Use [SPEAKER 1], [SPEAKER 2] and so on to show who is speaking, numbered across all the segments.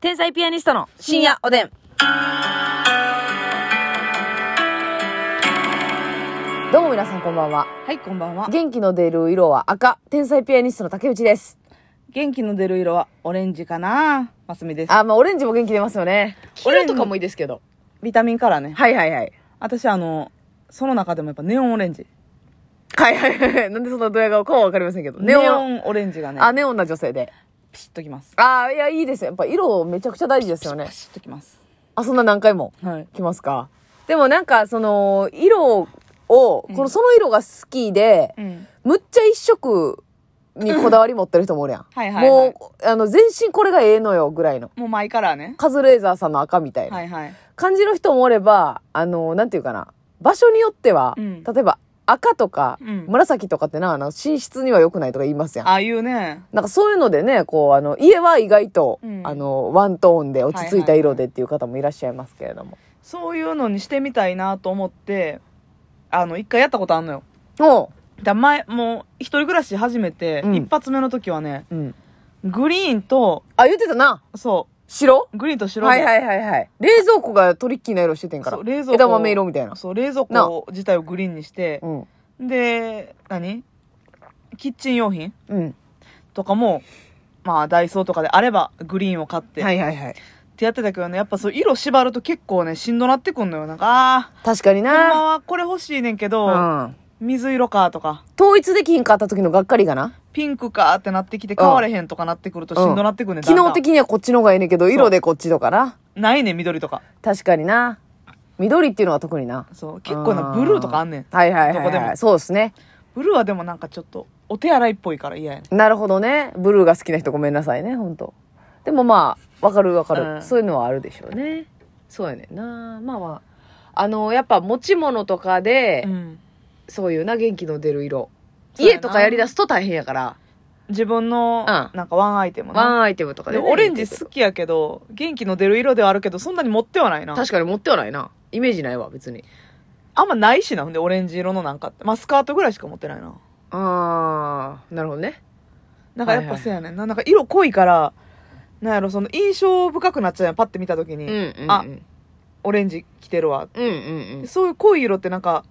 [SPEAKER 1] 天才ピアニストの深夜おでん。
[SPEAKER 2] どうも皆さんこんばんは。
[SPEAKER 1] はい、こんばんは。
[SPEAKER 2] 元気の出る色は赤。天才ピアニストの竹内です。
[SPEAKER 1] 元気の出る色はオレンジかなますみです。
[SPEAKER 2] あ、まあオレンジも元気出ますよね。
[SPEAKER 1] オ
[SPEAKER 2] オ
[SPEAKER 1] レン
[SPEAKER 2] レ
[SPEAKER 1] ジ
[SPEAKER 2] ンとかもいいですけど。
[SPEAKER 1] ビタミンカラーね。
[SPEAKER 2] はいはいはい。
[SPEAKER 1] 私、あの、その中でもやっぱネオンオレンジ。
[SPEAKER 2] はいはいはい。 なんでそんなドヤ顔かはわかりませんけど。
[SPEAKER 1] ネオ
[SPEAKER 2] ン。
[SPEAKER 1] ンオレンジがね、
[SPEAKER 2] あ、ネオンな女性で。
[SPEAKER 1] ピシッときます。
[SPEAKER 2] あーいや、いいですよ。やっぱ色めちゃくちゃ大事ですよね
[SPEAKER 1] ピ。シッときます。
[SPEAKER 2] あ、そんな何回も
[SPEAKER 1] はい。
[SPEAKER 2] 来ますか。でもなんか、その、色を、この、その色が好きで、
[SPEAKER 1] うん。
[SPEAKER 2] むっちゃ一色にこだわり持ってる人もおるやん。
[SPEAKER 1] はいはいはい
[SPEAKER 2] もう、あの、全身これがええのよ、ぐらいの。
[SPEAKER 1] もうマイカラーね。
[SPEAKER 2] カズレーザーさんの赤みたいな。
[SPEAKER 1] はいはい。
[SPEAKER 2] 感じの人もおれば、あの、なんていうかな、場所によっては、
[SPEAKER 1] うん
[SPEAKER 2] 例えば赤とか、
[SPEAKER 1] うん
[SPEAKER 2] 紫とかってな、あの、寝室には良くないとか言いますやん。
[SPEAKER 1] ああいうね。
[SPEAKER 2] なんかそういうのでね、こう、あの、家は意外と、
[SPEAKER 1] うん
[SPEAKER 2] あの、ワントーンで落ち着いた色
[SPEAKER 1] はいはいは
[SPEAKER 2] でっていう方もいらっしゃいますけれども。
[SPEAKER 1] そういうのにしてみたいなと思って、あの、一回やったことあんのよ。
[SPEAKER 2] おう
[SPEAKER 1] だ前、もう、一人暮らし始めて、
[SPEAKER 2] うん
[SPEAKER 1] 一発目の時はね、
[SPEAKER 2] うん。
[SPEAKER 1] グリーンと、
[SPEAKER 2] あ、言ってたな。
[SPEAKER 1] そ
[SPEAKER 2] 白
[SPEAKER 1] う、グリーンと白。
[SPEAKER 2] はいはいいはいはい。冷蔵庫がトリッキーな色しててんから。
[SPEAKER 1] そう冷蔵庫
[SPEAKER 2] 枝豆色みたいな。
[SPEAKER 1] そう、冷蔵
[SPEAKER 2] な
[SPEAKER 1] 庫自体をグリーンにして
[SPEAKER 2] う、ん。
[SPEAKER 1] で、何キッチン用品
[SPEAKER 2] うん。
[SPEAKER 1] とかも、まあ、ダイソーとかであれば、グリーンを買って、
[SPEAKER 2] は
[SPEAKER 1] っ
[SPEAKER 2] いはいはい。
[SPEAKER 1] てやってたけどね、やっぱそう、色縛ると結構ね、しんどなってくんのよ。なんか、あ
[SPEAKER 2] 確かに
[SPEAKER 1] ー、ほんま
[SPEAKER 2] な。
[SPEAKER 1] はこれ欲しいねんけど、
[SPEAKER 2] うん。
[SPEAKER 1] 水色かとか、
[SPEAKER 2] 統一できひんかった時のがっかりがな。
[SPEAKER 1] ピンクかってなってきて、買われへんとかなってくるとしんどなってくんねん。
[SPEAKER 2] 機
[SPEAKER 1] だ
[SPEAKER 2] 能
[SPEAKER 1] んだん
[SPEAKER 2] 的にはこっちの方がええねんけど、色でこっちとかな。
[SPEAKER 1] ないねん、緑とか。
[SPEAKER 2] 確かにな緑っていうのは特にな
[SPEAKER 1] そう、結構な、
[SPEAKER 2] うん
[SPEAKER 1] ブルーとかあんねん。
[SPEAKER 2] はいはいはい、はい、
[SPEAKER 1] どこでも
[SPEAKER 2] そうですね
[SPEAKER 1] ブルーはでもなんかちょっと、お手洗いっぽいから嫌やねん。
[SPEAKER 2] なるほどねブルーが好きな人ごめんなさいね本当でもまあわかるわかる、
[SPEAKER 1] うん
[SPEAKER 2] そういうのはあるでしょうねそうやねんなまあまああのやっぱ持ち物とかで、
[SPEAKER 1] うん。
[SPEAKER 2] そういうな元気の出る色
[SPEAKER 1] そうやな
[SPEAKER 2] 家とかやりだすと大変やから
[SPEAKER 1] 自分の、
[SPEAKER 2] う
[SPEAKER 1] なんかワンアイテム
[SPEAKER 2] ワ
[SPEAKER 1] な。
[SPEAKER 2] ンアイテムとか
[SPEAKER 1] で
[SPEAKER 2] で,、
[SPEAKER 1] オレンジ好きやけど、元気の出る色ではあるけど、そんなに持ってはないな。
[SPEAKER 2] 確かに持ってはないなイメージないわ別に
[SPEAKER 1] あんまないしな、ほんで、オレンジ色のなんかって。まあ、スカートぐらいしか持ってないな。
[SPEAKER 2] ああなるほどね
[SPEAKER 1] なんかやっ
[SPEAKER 2] はい
[SPEAKER 1] ぱ
[SPEAKER 2] はい
[SPEAKER 1] そうやねんな。なんか色濃いから、なんやろ、その印象深くなっちゃうやん。パッて見た時
[SPEAKER 2] う
[SPEAKER 1] に、
[SPEAKER 2] んうんうん
[SPEAKER 1] あオレンジ着てるわ。
[SPEAKER 2] うんうんうん
[SPEAKER 1] そういう濃い色ってなんか、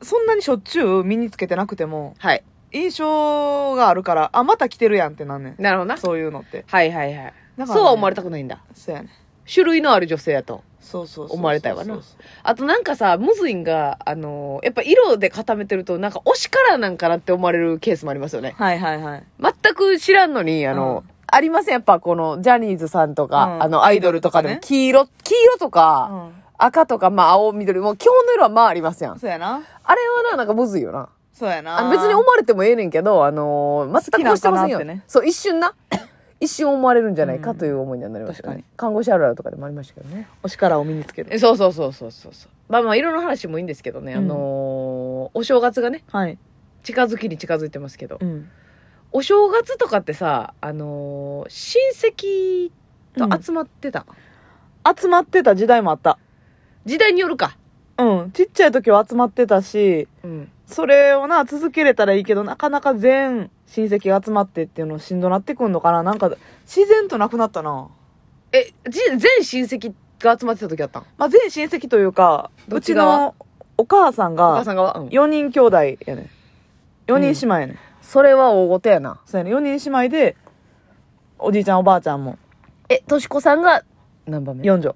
[SPEAKER 1] そんなにしょっちゅう身につけてなくても、
[SPEAKER 2] はい
[SPEAKER 1] 印象があるから、あ、また着てるやんってなんねん。
[SPEAKER 2] なるほどな
[SPEAKER 1] そういうのって。
[SPEAKER 2] はいはいはい、
[SPEAKER 1] だからね
[SPEAKER 2] そうは思われたくないんだ
[SPEAKER 1] そうやねん。
[SPEAKER 2] 種類のある女性やと。
[SPEAKER 1] そうそうそうそう
[SPEAKER 2] 思われたいわな
[SPEAKER 1] そうそう
[SPEAKER 2] あとなんかさ、ムズインが、あのーやっぱ色で固めてると、なんか推しからなんかなって思われるケースもありますよね。
[SPEAKER 1] はいはいはい。
[SPEAKER 2] 全く知らんのに、あの、ありませんやっぱこのジャニーズさんとか、
[SPEAKER 1] うん
[SPEAKER 2] あのアイドルとかでも黄色、黄色と
[SPEAKER 1] う
[SPEAKER 2] か、
[SPEAKER 1] ん。
[SPEAKER 2] 赤とか、まあ青、緑、もう基本の色はまあありますやん。
[SPEAKER 1] そうやな。
[SPEAKER 2] あれはな、なんかムズいよな。
[SPEAKER 1] そうやな。
[SPEAKER 2] あの別に思われてもええねんけど、あのー全く推してませんよ。
[SPEAKER 1] 好きなんかなってね
[SPEAKER 2] そう、一瞬 な。一瞬思われるんじゃないかという思いにはなりましたね、
[SPEAKER 1] うん確
[SPEAKER 2] 看護師あるあるとかでもありましたけどね。
[SPEAKER 1] お力を身につける。
[SPEAKER 2] えそうそうそうそうそうそうまあまあ色の話もいいんですけどね、
[SPEAKER 1] うん
[SPEAKER 2] あのーお正月がね
[SPEAKER 1] はい。
[SPEAKER 2] 近づきに近づいてますけど、
[SPEAKER 1] うん。
[SPEAKER 2] お正月とかってさあのー親戚と集まってた、
[SPEAKER 1] 集まってた時代もあった。
[SPEAKER 2] 時代によるか
[SPEAKER 1] うん。ちっちゃい時は集まってたし、
[SPEAKER 2] うん
[SPEAKER 1] それをな、続けれたらいいけど、なかなか全親戚が集まってっていうのしんどなってくんのかな。なんか、自然となくなったな。
[SPEAKER 2] えじ全親戚が集まってた時あったん
[SPEAKER 1] まあ、全親戚というか、
[SPEAKER 2] ど
[SPEAKER 1] う
[SPEAKER 2] っち
[SPEAKER 1] ち
[SPEAKER 2] 側
[SPEAKER 1] のお母さん
[SPEAKER 2] お母
[SPEAKER 1] が
[SPEAKER 2] さんが、うん
[SPEAKER 1] 4人兄弟やねん。4人姉妹やねん。
[SPEAKER 2] それは大ごとやな
[SPEAKER 1] そうやねん。4人姉妹で、おじいちゃんおばあちゃんも
[SPEAKER 2] えとしこさんが何番目
[SPEAKER 1] 4女。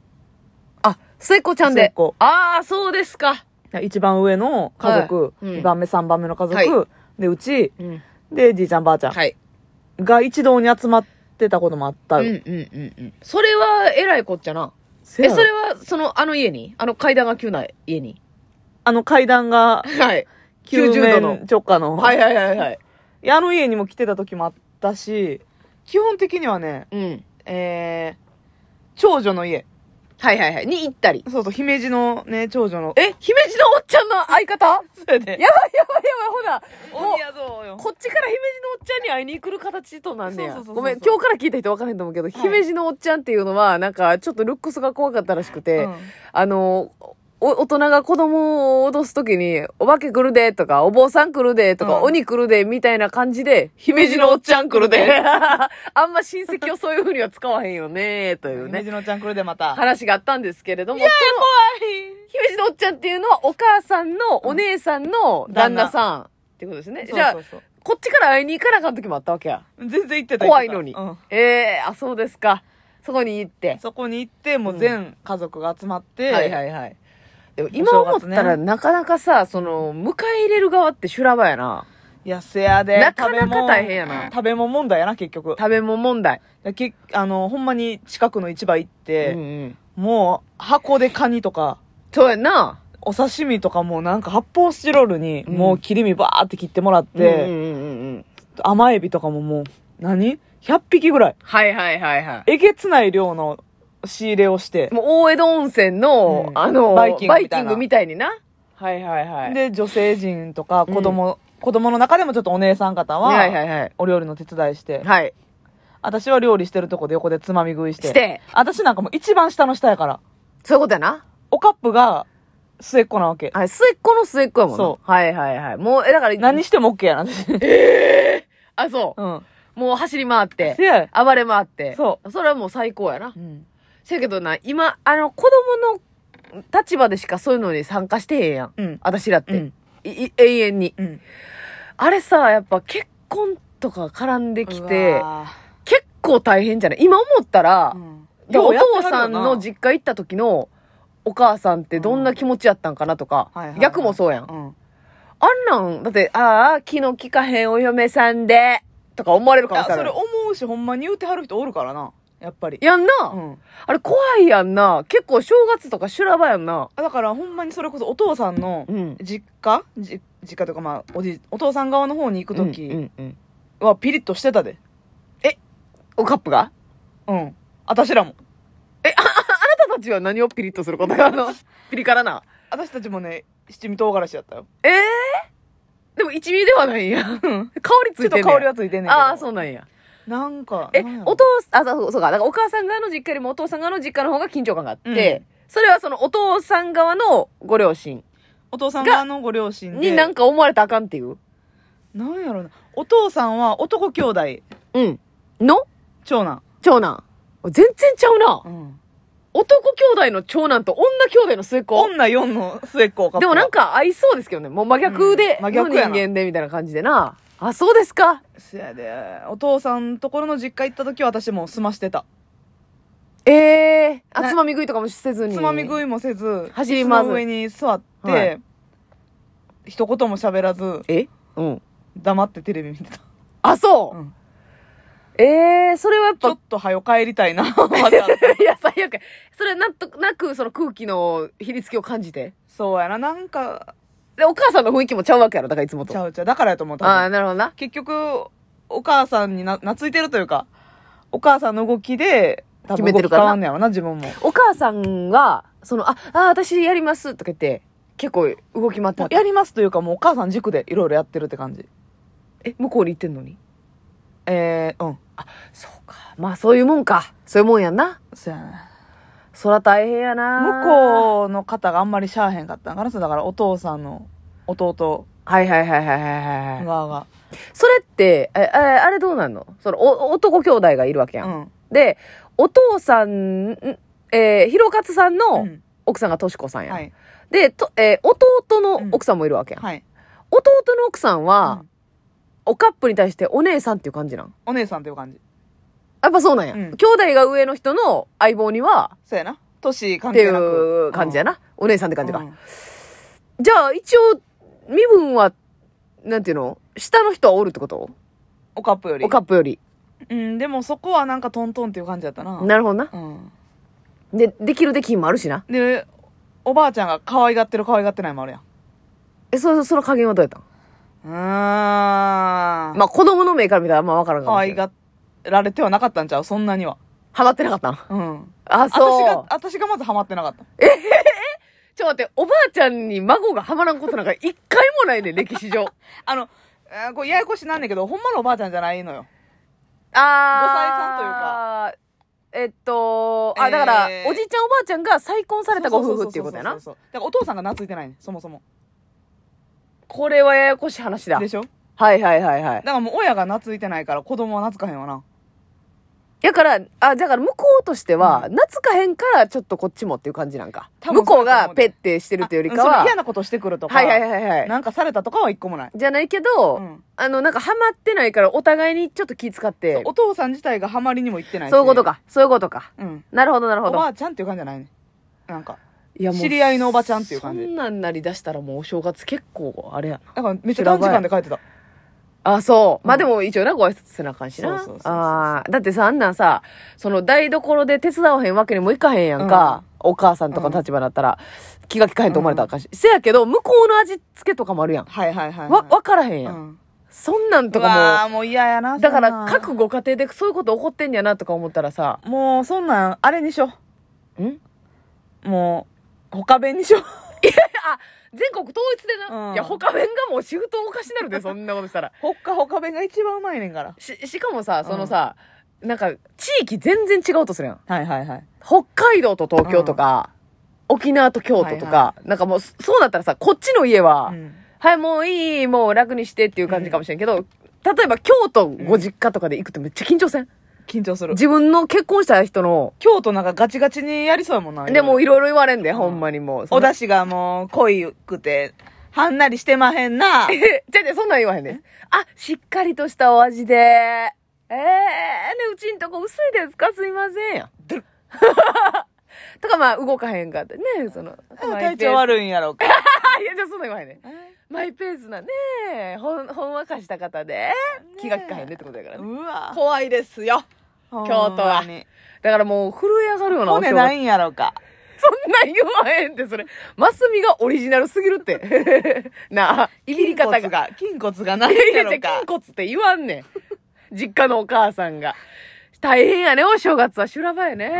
[SPEAKER 2] あ末っ子ちゃん
[SPEAKER 1] 末っ
[SPEAKER 2] で
[SPEAKER 1] 子
[SPEAKER 2] ああそうですか
[SPEAKER 1] 一番上の家族、
[SPEAKER 2] は
[SPEAKER 1] 二
[SPEAKER 2] いうん
[SPEAKER 1] 2番目、3番目の家族、
[SPEAKER 2] は
[SPEAKER 1] で、うち、
[SPEAKER 2] うん
[SPEAKER 1] で、じいちゃんばあちゃん
[SPEAKER 2] はい
[SPEAKER 1] が一堂に集まってたこともあった
[SPEAKER 2] うん
[SPEAKER 1] よ。
[SPEAKER 2] うんうんうんそれはえらいこっちゃな
[SPEAKER 1] せ
[SPEAKER 2] え、
[SPEAKER 1] やろ
[SPEAKER 2] それは、その、あの家にあの階段が急な家に
[SPEAKER 1] あの階段が
[SPEAKER 2] はい。
[SPEAKER 1] 9
[SPEAKER 2] 90度の
[SPEAKER 1] 面直下の。
[SPEAKER 2] はいはいはいはい。
[SPEAKER 1] いやあの家にも来てた時もあったし、基本的にはね、
[SPEAKER 2] うん。
[SPEAKER 1] えー、長女の家。
[SPEAKER 2] はいはいはい。に行ったり。
[SPEAKER 1] そうそう、姫路のね、長女の。
[SPEAKER 2] え、姫路のおっちゃんの相方やばい
[SPEAKER 1] それで
[SPEAKER 2] やばいやばい、ほな。も
[SPEAKER 1] 鬼
[SPEAKER 2] う、
[SPEAKER 1] やぞーよ。
[SPEAKER 2] こっちから姫路のおっちゃんに会いに来る形となんね
[SPEAKER 1] そ
[SPEAKER 2] や。
[SPEAKER 1] うそうそうそう
[SPEAKER 2] ごめん、今日から聞いた人分からへんと思うけど、姫路のおっちゃんっていうのは、なんか、ちょっとルックスが怖かったらしくて、
[SPEAKER 1] うん
[SPEAKER 2] あの、お大人が子供を脅すときに、お化け来るでとか、お坊さん来るでとか、
[SPEAKER 1] うん
[SPEAKER 2] 鬼来るでみたいな感じで、姫路のおっちゃん来るで。 あんま親戚をそういうふうには使わへんよね、という
[SPEAKER 1] ね
[SPEAKER 2] ね、
[SPEAKER 1] じのちゃん来るでまた。
[SPEAKER 2] 話があったんですけれども、その姫路のおっちゃんっていうのは、お母さんのお姉さんの旦那さん。っていうことですね。
[SPEAKER 1] そう
[SPEAKER 2] じゃあ
[SPEAKER 1] そう、そう
[SPEAKER 2] こっちから会いに行かなあかん時もあったわけや。
[SPEAKER 1] 全然行ってた
[SPEAKER 2] 怖いのに
[SPEAKER 1] 行って
[SPEAKER 2] ええあ、そうですか。そこに行って
[SPEAKER 1] たうん。そこに行って、もう全家族が集まって、
[SPEAKER 2] はいはいはい。でも
[SPEAKER 1] お
[SPEAKER 2] 今
[SPEAKER 1] 正
[SPEAKER 2] 思っ
[SPEAKER 1] 月ね
[SPEAKER 2] たら、なかなかさ、その、迎え入れる側って修羅場やな。
[SPEAKER 1] いや、せやで。
[SPEAKER 2] なかなか
[SPEAKER 1] 食べ物
[SPEAKER 2] 大変やな
[SPEAKER 1] 食べ物問題やな、結局。
[SPEAKER 2] 食べ物問題。
[SPEAKER 1] けあの、ほんまに近くの市場行って、
[SPEAKER 2] うん。
[SPEAKER 1] もう箱でカニとか、
[SPEAKER 2] そうやんな。
[SPEAKER 1] お刺身とかもなんか発泡スチロールに
[SPEAKER 2] うん
[SPEAKER 1] もう切り身バーって切ってもらっ
[SPEAKER 2] で、
[SPEAKER 1] て、
[SPEAKER 2] んうんうん。
[SPEAKER 1] 甘エビとかももう、何 ?100 匹ぐらい。
[SPEAKER 2] はいはいはいは
[SPEAKER 1] えげつない量の仕入れをして
[SPEAKER 2] い。、もう大江戸温泉の、
[SPEAKER 1] うん
[SPEAKER 2] あの、バ
[SPEAKER 1] バ
[SPEAKER 2] イ
[SPEAKER 1] イ
[SPEAKER 2] キ
[SPEAKER 1] キ
[SPEAKER 2] ン
[SPEAKER 1] ングみたいな
[SPEAKER 2] グみたいにな。はいはいはで、
[SPEAKER 1] で、女性陣とか子供、子供の中でもちょっとお姉さん方は、
[SPEAKER 2] はいはいはい。
[SPEAKER 1] お料理の手伝いして、
[SPEAKER 2] はい。
[SPEAKER 1] 私は料理してるとこで横でつまみ食いして、
[SPEAKER 2] して、
[SPEAKER 1] 私なんかもう一番下の下やから、
[SPEAKER 2] そういうことやな。
[SPEAKER 1] おカップが末っ子なわけ。
[SPEAKER 2] はい、末っ子の末っ子やもんな。。
[SPEAKER 1] そう
[SPEAKER 2] はいはいはい。もう、え、だから、
[SPEAKER 1] 何しても OK やな、私。う
[SPEAKER 2] あ、そ
[SPEAKER 1] ん。
[SPEAKER 2] う。もう走り回って
[SPEAKER 1] せ、や。
[SPEAKER 2] 暴れ回って。。
[SPEAKER 1] そう
[SPEAKER 2] それはもう最高やな
[SPEAKER 1] う。ん。
[SPEAKER 2] せやけどな、今、あの、子供の立場でしかそういうのに参加してへんやん。
[SPEAKER 1] うん。
[SPEAKER 2] 私らっ
[SPEAKER 1] う
[SPEAKER 2] て。
[SPEAKER 1] ん。
[SPEAKER 2] いい永遠に。
[SPEAKER 1] うん。
[SPEAKER 2] あれさ、やっぱ結婚とか絡んで
[SPEAKER 1] 来
[SPEAKER 2] きて、結構大変じゃない今思ったら、でお父さんの実家行った時のお母さんってどんな気持ちやったんかなとか、
[SPEAKER 1] うん
[SPEAKER 2] 逆もそうやん。
[SPEAKER 1] うん。
[SPEAKER 2] あんなん、だって、ああ、気の利かへんお嫁さんで、とか思われるかも
[SPEAKER 1] あ
[SPEAKER 2] しれ
[SPEAKER 1] そ
[SPEAKER 2] な
[SPEAKER 1] れ
[SPEAKER 2] い。
[SPEAKER 1] 思うし、ほんまに言うてはる人おるからな。やっぱり。
[SPEAKER 2] やんな、
[SPEAKER 1] うん。
[SPEAKER 2] あれ怖いやんな結構正月とか修羅場やんな
[SPEAKER 1] だからほんまにそれこそお父さんの
[SPEAKER 2] うん。
[SPEAKER 1] 実家、じ実家とかまあ、おじ、お父さん側の方に行く
[SPEAKER 2] う
[SPEAKER 1] 時
[SPEAKER 2] んうんうん
[SPEAKER 1] はピリッとしてたで。
[SPEAKER 2] おカップが
[SPEAKER 1] うん。私らも。
[SPEAKER 2] あなたたちは何をピリッとすることがあ るのピリ辛な。
[SPEAKER 1] 私たちもね、七味唐辛子やったよ。
[SPEAKER 2] ええでも一味ではないんや。香りつ
[SPEAKER 1] ちょ
[SPEAKER 2] い
[SPEAKER 1] っと
[SPEAKER 2] てんね
[SPEAKER 1] 香り
[SPEAKER 2] や。
[SPEAKER 1] はついてんねんけど。
[SPEAKER 2] ああ、そうなんや。
[SPEAKER 1] なんか。
[SPEAKER 2] え
[SPEAKER 1] なんや、ろ
[SPEAKER 2] お父さん、あ、そうそうか。だからお母さん側の実家よりもお父さん側の実家の方が緊張感があって、それはそのお父さん側のご両親
[SPEAKER 1] お父さん側のご両親で。
[SPEAKER 2] になんか思われたらあかんっていう。
[SPEAKER 1] なんやろな。お父さんは男兄弟、
[SPEAKER 2] うん。の
[SPEAKER 1] 長男。
[SPEAKER 2] 長男。全然ちゃうな。
[SPEAKER 1] ん。
[SPEAKER 2] 男兄弟の長男と女兄弟の末っ子。
[SPEAKER 1] 女4の末っ子か
[SPEAKER 2] でもなん
[SPEAKER 1] か。
[SPEAKER 2] か合いそうですけどね。もう真逆で、
[SPEAKER 1] うん真逆やな
[SPEAKER 2] の人間でみたいな感じでな。あ、そうですか。
[SPEAKER 1] せやで、お父さんところの実家行った時は私も済ましてた。
[SPEAKER 2] ええあ、
[SPEAKER 1] な
[SPEAKER 2] つまみ食いとかもせずに。
[SPEAKER 1] つまみ食
[SPEAKER 2] い。
[SPEAKER 1] いもせず、
[SPEAKER 2] 走り回ず
[SPEAKER 1] 椅子の上に座って、
[SPEAKER 2] はい
[SPEAKER 1] 一言も喋らず、
[SPEAKER 2] えうん。
[SPEAKER 1] 黙ってテレビ見てた。
[SPEAKER 2] あ、そう。
[SPEAKER 1] うん
[SPEAKER 2] ええそれはやっ
[SPEAKER 1] ちょ
[SPEAKER 2] ぱ
[SPEAKER 1] っ、と早帰りた いな、ま た
[SPEAKER 2] いや、最悪や。それはなんとなく、その空気の比率きを感じて。
[SPEAKER 1] そうやな、なんか、
[SPEAKER 2] で、お母さんの雰囲気もちゃうわけやろ。だからいつも
[SPEAKER 1] ち
[SPEAKER 2] と。あ
[SPEAKER 1] ゃうちゃう。だからやと思う、多
[SPEAKER 2] あー、
[SPEAKER 1] 分
[SPEAKER 2] なるほどな。
[SPEAKER 1] 結局、お母さんにな、懐いてるというか、お母さんの動きで、多
[SPEAKER 2] 決
[SPEAKER 1] 分
[SPEAKER 2] め
[SPEAKER 1] 動
[SPEAKER 2] てる
[SPEAKER 1] き変
[SPEAKER 2] からな
[SPEAKER 1] わんねやろな、自分も。
[SPEAKER 2] お母さんが、その、あ、あー、私やりますとか言って、結構動き回ってはった
[SPEAKER 1] やりますというか、もうお母さん塾でいろいろやってるって感じ。
[SPEAKER 2] え、向こうに行ってんのに。
[SPEAKER 1] えー、うん。
[SPEAKER 2] そうか。まあ、そういうもんか。そういうもんやんな。
[SPEAKER 1] そうやな。
[SPEAKER 2] そら大変やな。
[SPEAKER 1] 向こうの方があんまりしゃあへんかったんかな、そうだからお父さんの弟
[SPEAKER 2] はいはいはいはいはいはいはい。
[SPEAKER 1] 側が。
[SPEAKER 2] それって、え、えあれどうなんのその、お、男兄弟がいるわけやん。
[SPEAKER 1] うん。
[SPEAKER 2] で、お父さん、んえー、ひろかつさん
[SPEAKER 1] う
[SPEAKER 2] の
[SPEAKER 1] ん
[SPEAKER 2] 奥さんがとしこさんやん。
[SPEAKER 1] はい。
[SPEAKER 2] で、と、えー弟の奥さんもいるわけやん。
[SPEAKER 1] はい。
[SPEAKER 2] 弟の奥さんは、
[SPEAKER 1] うん
[SPEAKER 2] おカップに対してお姉さんっていう感じなん
[SPEAKER 1] お姉さんっていう感じ。
[SPEAKER 2] やっぱそうなんや。
[SPEAKER 1] うん
[SPEAKER 2] 兄弟が上の人の相棒には、
[SPEAKER 1] そうやな。年
[SPEAKER 2] っ
[SPEAKER 1] 関
[SPEAKER 2] てい
[SPEAKER 1] 係なく。
[SPEAKER 2] う感じや
[SPEAKER 1] な。
[SPEAKER 2] な。お姉さんって感じ
[SPEAKER 1] う
[SPEAKER 2] か。
[SPEAKER 1] ん
[SPEAKER 2] じゃあ、一応、身分は、なんていうの下の人はおるってこと
[SPEAKER 1] おカップより。
[SPEAKER 2] おカップより。
[SPEAKER 1] うん、でもそこはなんかトントンっていう感じやったな。
[SPEAKER 2] なるほどな。
[SPEAKER 1] うん。
[SPEAKER 2] で、できるできんもあるしな。
[SPEAKER 1] で、おばあちゃんが可愛がってる可愛がってないもあるやん。
[SPEAKER 2] え、そ、その加減はどうやったん
[SPEAKER 1] うーん。
[SPEAKER 2] まあ、子供の目から見たらあんまわからんか
[SPEAKER 1] 可
[SPEAKER 2] もしれ
[SPEAKER 1] 愛
[SPEAKER 2] んが。
[SPEAKER 1] がられてはなかったんちゃうそんなには。
[SPEAKER 2] ハマってなかったん
[SPEAKER 1] うん。
[SPEAKER 2] あ、
[SPEAKER 1] 私
[SPEAKER 2] そう。
[SPEAKER 1] が、私がまずハマってなかった。
[SPEAKER 2] ちょ、待って、おばあちゃんに孫がハマらんことなんか一回もないね、歴史上。
[SPEAKER 1] あの、えーこれややこしなんだけど、ほんまのおばあちゃんじゃないのよ。
[SPEAKER 2] あー。
[SPEAKER 1] ご歳さんとい
[SPEAKER 2] か。え
[SPEAKER 1] う
[SPEAKER 2] っと、あ、だから、
[SPEAKER 1] えー
[SPEAKER 2] おじいちゃんおばあちゃんが再婚されたご夫婦っていうことや
[SPEAKER 1] そ
[SPEAKER 2] な
[SPEAKER 1] そ。そうそうだからお父さんが懐いてないね、そもそも。
[SPEAKER 2] これはややこしい話だ
[SPEAKER 1] で。しょ
[SPEAKER 2] はいはいはいはい
[SPEAKER 1] だ。からもう親が懐いてないから子供は懐かへんわな。
[SPEAKER 2] だから、あ、だから向こうとしては、夏かへんからちょっとこっちもっていう感じなんか。
[SPEAKER 1] 多
[SPEAKER 2] 向
[SPEAKER 1] 分
[SPEAKER 2] こう
[SPEAKER 1] そうだと
[SPEAKER 2] が
[SPEAKER 1] 思う
[SPEAKER 2] ペ
[SPEAKER 1] で
[SPEAKER 2] ッてしてるというより
[SPEAKER 1] あ
[SPEAKER 2] か
[SPEAKER 1] うんそ
[SPEAKER 2] は
[SPEAKER 1] の、嫌なことしてくるとか、
[SPEAKER 2] はいはいはいはい。
[SPEAKER 1] なんかされたとかは一個もない。
[SPEAKER 2] じゃないけど、
[SPEAKER 1] うん
[SPEAKER 2] あの、なんかハマってないからお互いにちょっと気遣って、
[SPEAKER 1] お父さん自体がハマりにも行ってないし
[SPEAKER 2] そういうこと。か、そういうことか。
[SPEAKER 1] うん。
[SPEAKER 2] なるほどなるほ
[SPEAKER 1] おば
[SPEAKER 2] ど。
[SPEAKER 1] あちゃんっていう感じじゃないね。なんか。
[SPEAKER 2] いや
[SPEAKER 1] 知り合いのおばちゃんっていう感じ
[SPEAKER 2] そんなんなりだしたらもうお正月結構あれやな。
[SPEAKER 1] だからめっちゃ短時間で帰ってた。
[SPEAKER 2] あ、そう。まあ
[SPEAKER 1] うん
[SPEAKER 2] でも一応な、ご挨拶せなあかんしな。
[SPEAKER 1] そうそうそうそう
[SPEAKER 2] ああ、だってさ、あんなんさ、その台所で手伝わへんわけにもいかへんやんか。お母さんとかの立場だったら、気が利かへんと思われたらあかんし。せやけど、向こうの味付けとかもあるやん。
[SPEAKER 1] はいはいはいはい。
[SPEAKER 2] わ、わからへんやん。
[SPEAKER 1] うん。
[SPEAKER 2] そんなん
[SPEAKER 1] と
[SPEAKER 2] と
[SPEAKER 1] かも。うわ
[SPEAKER 2] か
[SPEAKER 1] ーもう嫌やな。
[SPEAKER 2] も、だか
[SPEAKER 1] そん
[SPEAKER 2] ら
[SPEAKER 1] なん
[SPEAKER 2] 各ご家庭でそういうこと起こってんやなとか思ったらさ、
[SPEAKER 1] もうそんなん、あれにしよ
[SPEAKER 2] んいや、
[SPEAKER 1] う。もう、他弁にしよう。
[SPEAKER 2] あ全国統一でな。
[SPEAKER 1] うん
[SPEAKER 2] いや、他弁がもうシフトおかしなるで、 そんなことしたら。
[SPEAKER 1] ほっかほか弁が一番うまいねんから。
[SPEAKER 2] し、しかもさ、そのさ、なんか、地域全然違うとするやん。
[SPEAKER 1] はいはいはい。
[SPEAKER 2] 北海道と東京とか、沖縄と京都とか、
[SPEAKER 1] は
[SPEAKER 2] なんかもう、そそうだったらさ、こっちの家は、
[SPEAKER 1] うん
[SPEAKER 2] はい、もういい、もう楽にしてっていう感じかもしれんけど、例えば京都ご実家とかで行くとめっちゃ緊張せん、
[SPEAKER 1] 緊張する。
[SPEAKER 2] 自分の結婚した人の、
[SPEAKER 1] 京都なんかガチガチにやりそうやもんな。
[SPEAKER 2] でもいろいろ言われんで、
[SPEAKER 1] ん
[SPEAKER 2] ほんまにもう。
[SPEAKER 1] お出
[SPEAKER 2] し。
[SPEAKER 1] 汁がもう濃いくて、はんなりしてまへんな。
[SPEAKER 2] え じゃあね、そんなん言わへんね。あ、しっかりとしたお味で。ええー、ね、うちんとこ薄いですかすいませんやん。 とかまあ、動かへんかってね、その。
[SPEAKER 1] 体調悪いんやろうか。
[SPEAKER 2] い。いや、じゃあそんなん言わへんね。マイペースなねほんほんわかした方で気が利かへんねってことやからね
[SPEAKER 1] うわ。
[SPEAKER 2] 怖いですよ
[SPEAKER 1] 京
[SPEAKER 2] 都はだからもう震え上がるようなお正
[SPEAKER 1] 骨
[SPEAKER 2] 月
[SPEAKER 1] ないんやろうか。
[SPEAKER 2] そんなん言わへんってそれマスミがオリジナルすぎるって なあいびり方が
[SPEAKER 1] 筋骨が、筋骨がないん
[SPEAKER 2] いや
[SPEAKER 1] や
[SPEAKER 2] いやじ
[SPEAKER 1] ろ
[SPEAKER 2] ゃ
[SPEAKER 1] うか
[SPEAKER 2] 筋。骨って言わんねん実家のお母さんが大変やねお正月は修羅場やね